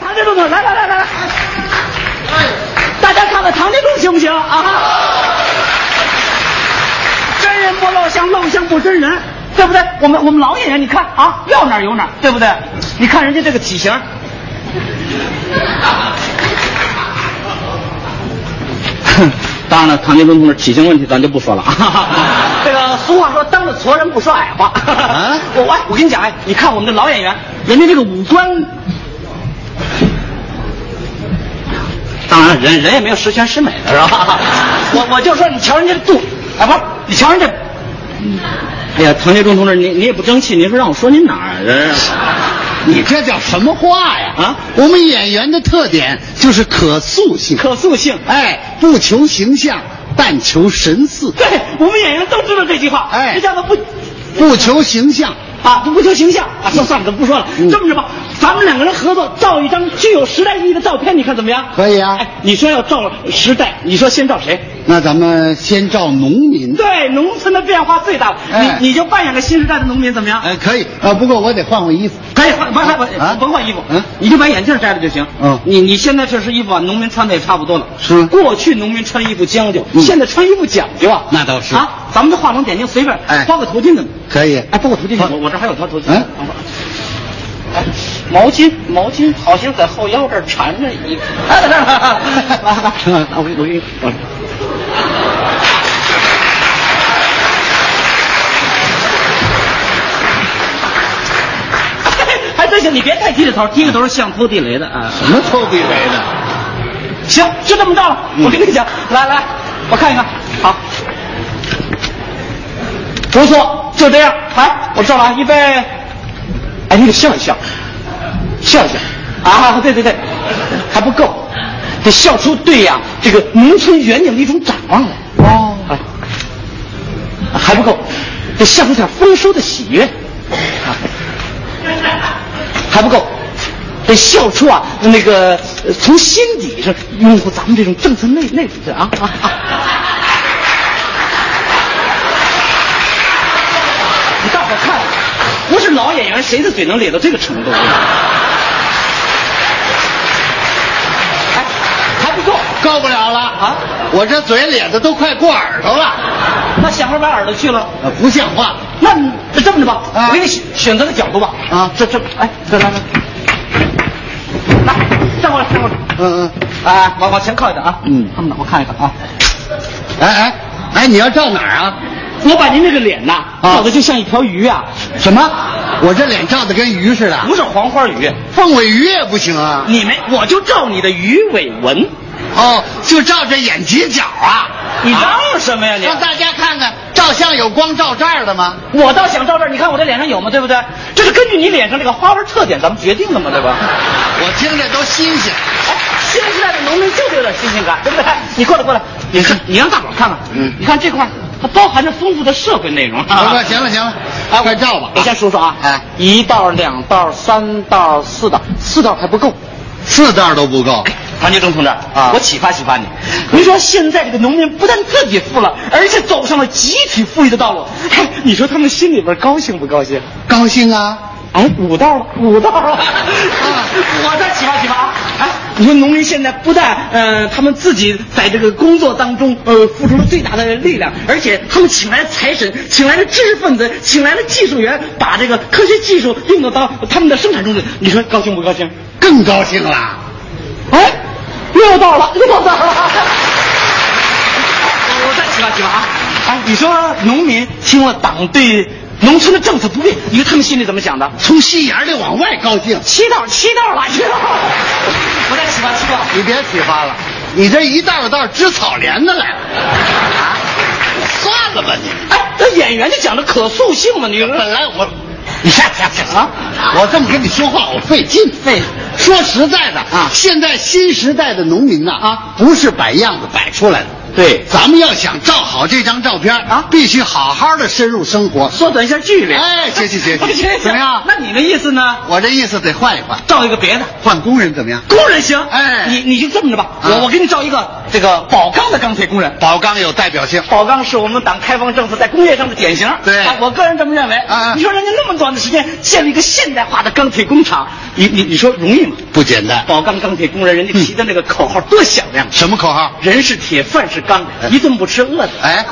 唐振东，来来来来来，大家看看唐振东行不行啊？真人不露相，露相不真人，对不对？我们我们老演员，你看啊，要哪儿有哪儿，对不对？你看人家这个体型， 当然了，唐杰忠同志体型问题咱就不说了啊。 这个俗话说，当着矬人不说矮话。啊 我我我跟你讲哎，你看我们这老演员，人家这个五官，当然了，人人也没有十全十美 的是吧？我我就说你瞧人家这肚，哎不是，你瞧人家，哎呀，唐杰忠同志，您您也不争气，您说让我说您哪啊儿人？你这叫什么话呀？啊我们演员的特点就是可塑性，可塑性。哎，不求形象，但求神似。对我们演员都知道这句话，哎这叫做不。不求形象，啊，不不求形象 啊，算算了，咱不说了。嗯这么着吧，咱们两个人合作照一张具有时代意义的照片，你看怎么样？可以啊哎，你说要照时代，你说先照谁？那咱们先照农民。对，农村的变化最大，哎你你就扮演个新时代的农民，怎么样？哎，可以啊、不过我得换换衣服。可以换，不换不啊甭换衣服，嗯你就把眼镜摘了就行。嗯你你现在这身衣服啊，农民穿的也差不多了。是吗过去农民穿衣服将就，嗯现在穿衣服讲究啊。那倒是啊，咱们这化妆点睛随便，哎包个头巾怎么？可 以啊哎，包个头巾，好我我这还有条头巾。啊嗯哎，毛巾毛巾好像在后腰这儿缠着一 个。 哎来来来来，我给我给你我。还真行，你别太低着头，低着头像偷地雷的啊。什么偷地雷的？行，就这么着了。我跟你讲，来来，我看一看，好，不错，就这样。来，我照了啊，预备。哎，你得笑一笑，笑一笑啊！对对对，还不够，得笑出对呀、这个农村远景的一种展望来。哦哎，还不够，得笑出点丰收的喜悦。啊还不够，得笑出啊那个呃从心底上拥护咱们这种政策内内部的啊 啊啊！你大伙儿看，不是老演员谁的嘴能咧到这个程度？哎，哎还不够，够不了了啊！我这嘴咧的都快过耳朵了，那想法把耳朵去了。呃不像话。那你这么着吧，啊我给你选选择个角度吧。啊这这，哎，这来来，来，站过来，站过来。嗯嗯，哎，往往前靠一点啊。嗯这么的，我看一看啊。哎哎哎，你要照哪儿啊？我把您这个脸呐，啊照的就像一条鱼啊，什么？我这脸照的跟鱼似的，不是黄花鱼。凤尾鱼也不行啊。你没，我就照你的鱼尾纹。哦，就照这眼犄角啊。你嚷啊嚷什么呀你？让大家看看，照相有光照这儿的吗？我倒想照这儿，你看我这脸上有吗？对不对？这是根据你脸上这个花纹特点，咱们决定的嘛，对吧？我听着都新鲜。哎，新时代的农民就是有点新鲜感，对不对？你过来，过来，你看，你让大伙儿看看，嗯啊你看这块儿，它包含着丰富的社会内容不不，行了行了，哎，快照吧。我先数数啊，哎一道、两道、三道、四道，四道还不够。四袋都不够。唐杰忠同志啊我启发启发你。您说现在这个农民不但自己富了，而且走上了集体富裕的道路。嘿，你说他们心里边高兴不高兴？高兴啊！哎，五道了，五道了！啊我再启发启发啊！哎，你说农民现在不但呃，他们自己在这个工作当中呃，付出了最大的力量，而且他们请来了财神，请来了知识分子，请来了技术员，把这个科学技术用到到他们的生产中去。你说高兴不高兴？更高兴了。哎，六道了，六道了！我我再启发启发啊！哎，你说农民听了党对农村的政策不变，你说他们心里怎么想的？从心眼里往外高兴。七道，七道了，七道 了！我再启发七道。你别启发了，你这一袋儿袋儿织草帘的来了。啊，算了吧你。哎，这演员就讲的可塑性嘛，你说本来我，你下下下啊！我这么跟你说话，我费劲。费说实在的啊现在新时代的农民呐啊不是摆样子摆出来的，对，咱们要想照好这张照片啊必须好好的深入生活。缩短一下距离。哎，行行 行行行，怎么样？那你的意思呢？我这意思得换一换，照一个别的，换工人怎么样？工人行。哎你你就这么着吧，啊我我给你照一个这个宝钢的钢铁工人。宝钢有代表性，宝钢是我们党开放政策在工业上的典型。对啊我个人这么认为。啊啊你说人家那么短的时间建立一个现代化的钢铁工厂，你你你说容易吗？不简单。宝钢钢铁工人，人家提的那个口号多响亮！什么口号？人是铁，饭是钢，一顿不吃饿的。哎，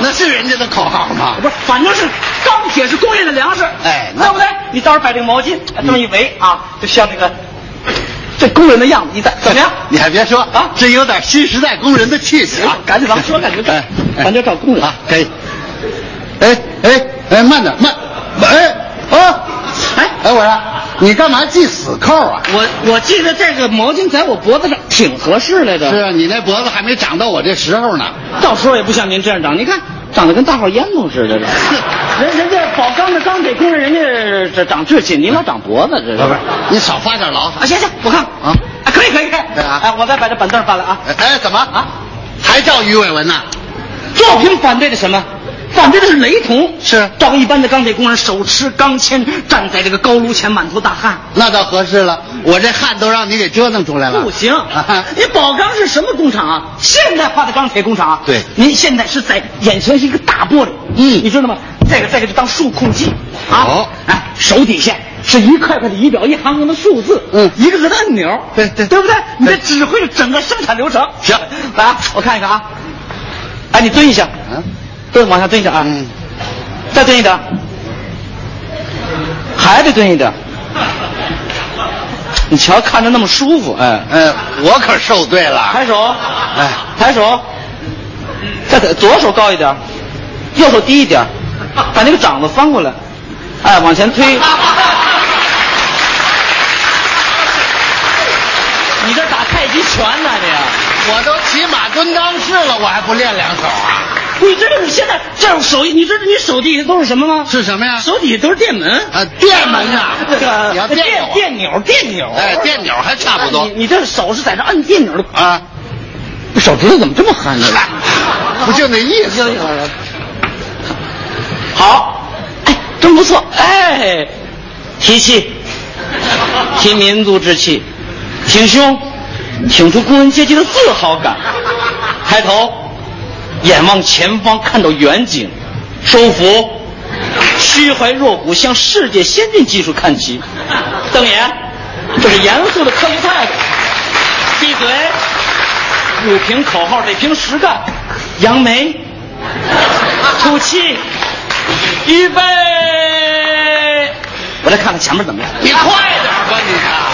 那是人家的口号吗？不是，反正是钢铁是工业的粮食。哎那嗯对不对？你到时候把这个毛巾这么一围啊，就像那个这工人的样子，一戴怎么样？你还别说啊这有点新时代工人的气息啊啊！赶紧咱们说赶紧哎哎咱就找工人啊，可以。哎哎哎，慢点慢，哎啊，哎哎，我说你干嘛系死扣啊？我我记得这个毛巾在我脖子上挺合适来的是啊，你那脖子还没长到我这时候呢。到时候也不像您这样长，您看长得跟大号烟囱似的。人人家宝钢的钢铁工人，人家这长这紧，您老长脖子，这是不是，你少发点牢啊，骚。行行，我看看啊啊，可以可以可以对啊哎，我再把这板凳搬来啊。哎哎，怎么啊？还照于伟文呐？赵平反对的什么？反对的是雷同，是啊照一般的钢铁工人手持钢钎站在这个高炉前满头大汗。那倒合适了，我这汗都让你给折腾出来了。不行啊，你宝钢是什么工厂啊？现代化的钢铁工厂啊。对您现在是在眼前是一个大玻璃，嗯你知道吗？这个这个就当数控机啊。哦哎，手底下是一块块的仪表，一行行的数字，嗯一个个的按钮，对对对不对？你这指挥着整个生产流程。行来啊，我看一看啊，哎，你蹲一下，嗯蹲往下蹲一下啊，嗯，再蹲一点，还得蹲一点。你瞧，看着那么舒服，哎。呃，我可受罪了。抬手，哎，抬手，再抬左手高一点，右手低一点，把那个掌子翻过来，哎，往前推。你这打太极拳呢、你？ 我都骑马蹲裆式了，我还不练两手啊？你知道你现在这种手艺，你知道你手底下都是什么吗？是什么呀？手底下都是电门啊，电门啊那个，你 要电电我，电钮，电钮。哎，电钮还差不多你你这手是在这按电钮的，啊，手指头怎么这么憨呢？不就那意思吗？好，哎，真不错，哎，提气，提民族之气，挺胸，挺出工人阶级的自豪感，抬头，眼望前方，看到远景，收腹，虚怀若谷，向世界先进技术看齐，瞪眼，这是严肃的科学态度，闭嘴，不凭哎口号，得凭实干，扬眉。吐气，预备。我再看看前面怎么样。 你快点吧你啊！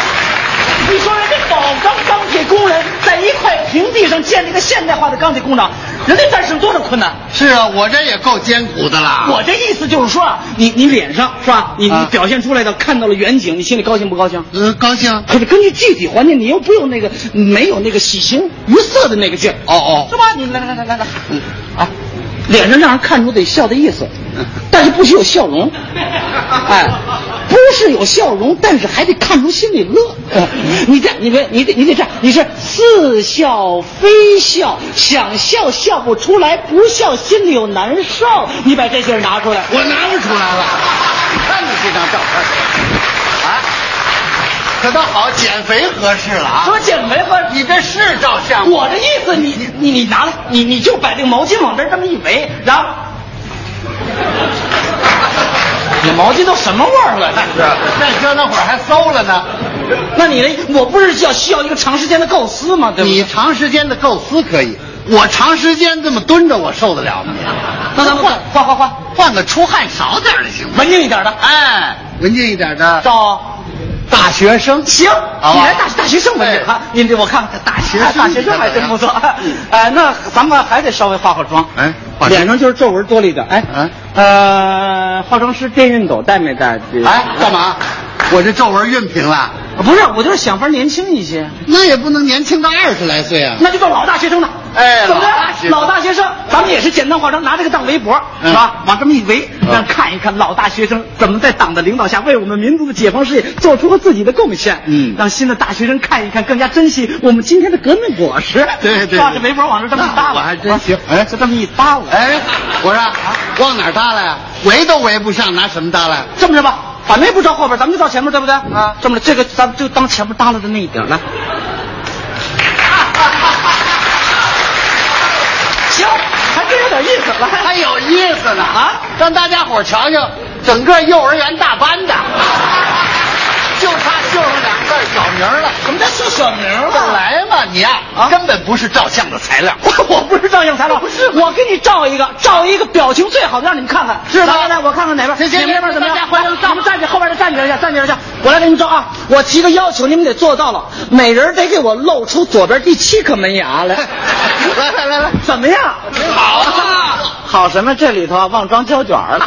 你说人家宝钢钢铁工人在一块平地上建立一个现代化的钢铁工厂，人家战胜多少困难？是啊，我这也够艰苦的啦。我这意思就是说啊，你你脸上是吧？你你啊表现出来的，看到了远景，你心里高兴不高兴？呃高兴。哦可是根据具体环境，你又不用那个没有那个喜形于色的那个劲儿，哦是，吧？你来来来来来，嗯啊，脸上让人看出得笑的意思嗯，但是不许有笑容，哎，不是有笑容，但是还得看出心里乐。哎你这，你别，你得，你得这样，你是似笑非笑，想笑笑不出来，不笑心里又难受。你把这劲儿拿出来，我拿不出来了。看你这张照片啊，可倒好，减肥合适了啊。说减肥和你这是照相啊吗？我的意思，你你你拿来，你你就把这个毛巾往这儿这么一围，然后， 你毛巾都什么味儿了？是，那折腾会儿还馊了呢。 那你的我不是要需要一个长时间的构思吗？对不你对？长时间的构思可以，我长时间这么蹲着，我受得了吗？那咱换换换换，换个出汗少点儿的行吗？文静一点的。哎，文静一点的到大学生行，好吧你来大大学生文静哎啊，您这我看看大学生啊哎大学生还真不错。哎，那咱们还得稍微化化妆。哎化妆脸上就是皱纹多了一点。哎哎，呃，化妆师电熨斗带没带？哎，干嘛？我这皱纹熨平了，啊不是，我就是想法年轻一些。那也不能年轻到二十来岁啊。那就到老大学生了。哎怎么老大着？学生老大学生，咱们也是简单化妆，拿这个当围脖，嗯是吧？往这么一围，嗯让看一看老大学生怎么在党的领导下为我们民族的解放事业做出了自己的贡献。嗯让新的大学生看一看，更加珍惜我们今天的革命果实。对对对抓着围脖往这这么一搭那我拉，还真行哎哎，就这么一搭拉。哎，我说往哪儿搭来？围都围不上，拿什么搭来？这么着吧，把那步照后边，咱们就照前面，对不对？啊，这么着，这个咱们就当前面耷拉的那一点儿来。行，还真有点意思，来。 还有意思呢啊！让大家伙儿瞧瞧，整个幼儿园大班的，就差绣上两个小名儿了。什么叫姓小名儿本来嘛，你呀、啊根本不是照相的材料。 我我不是 照相材料，不是，我给你照一个，照一个表情最好的，让你们看看，是吧来来来，我看看哪边，行行你们那边怎么样？大家欢迎照你们站起，后边的站起来一下，站起来一下，我来给你们照啊！我提个要求，你们得做到了，每人得给我露出左边第七颗门牙来。来来来来，怎么样？好啊 好什么？这里头啊忘装胶卷了。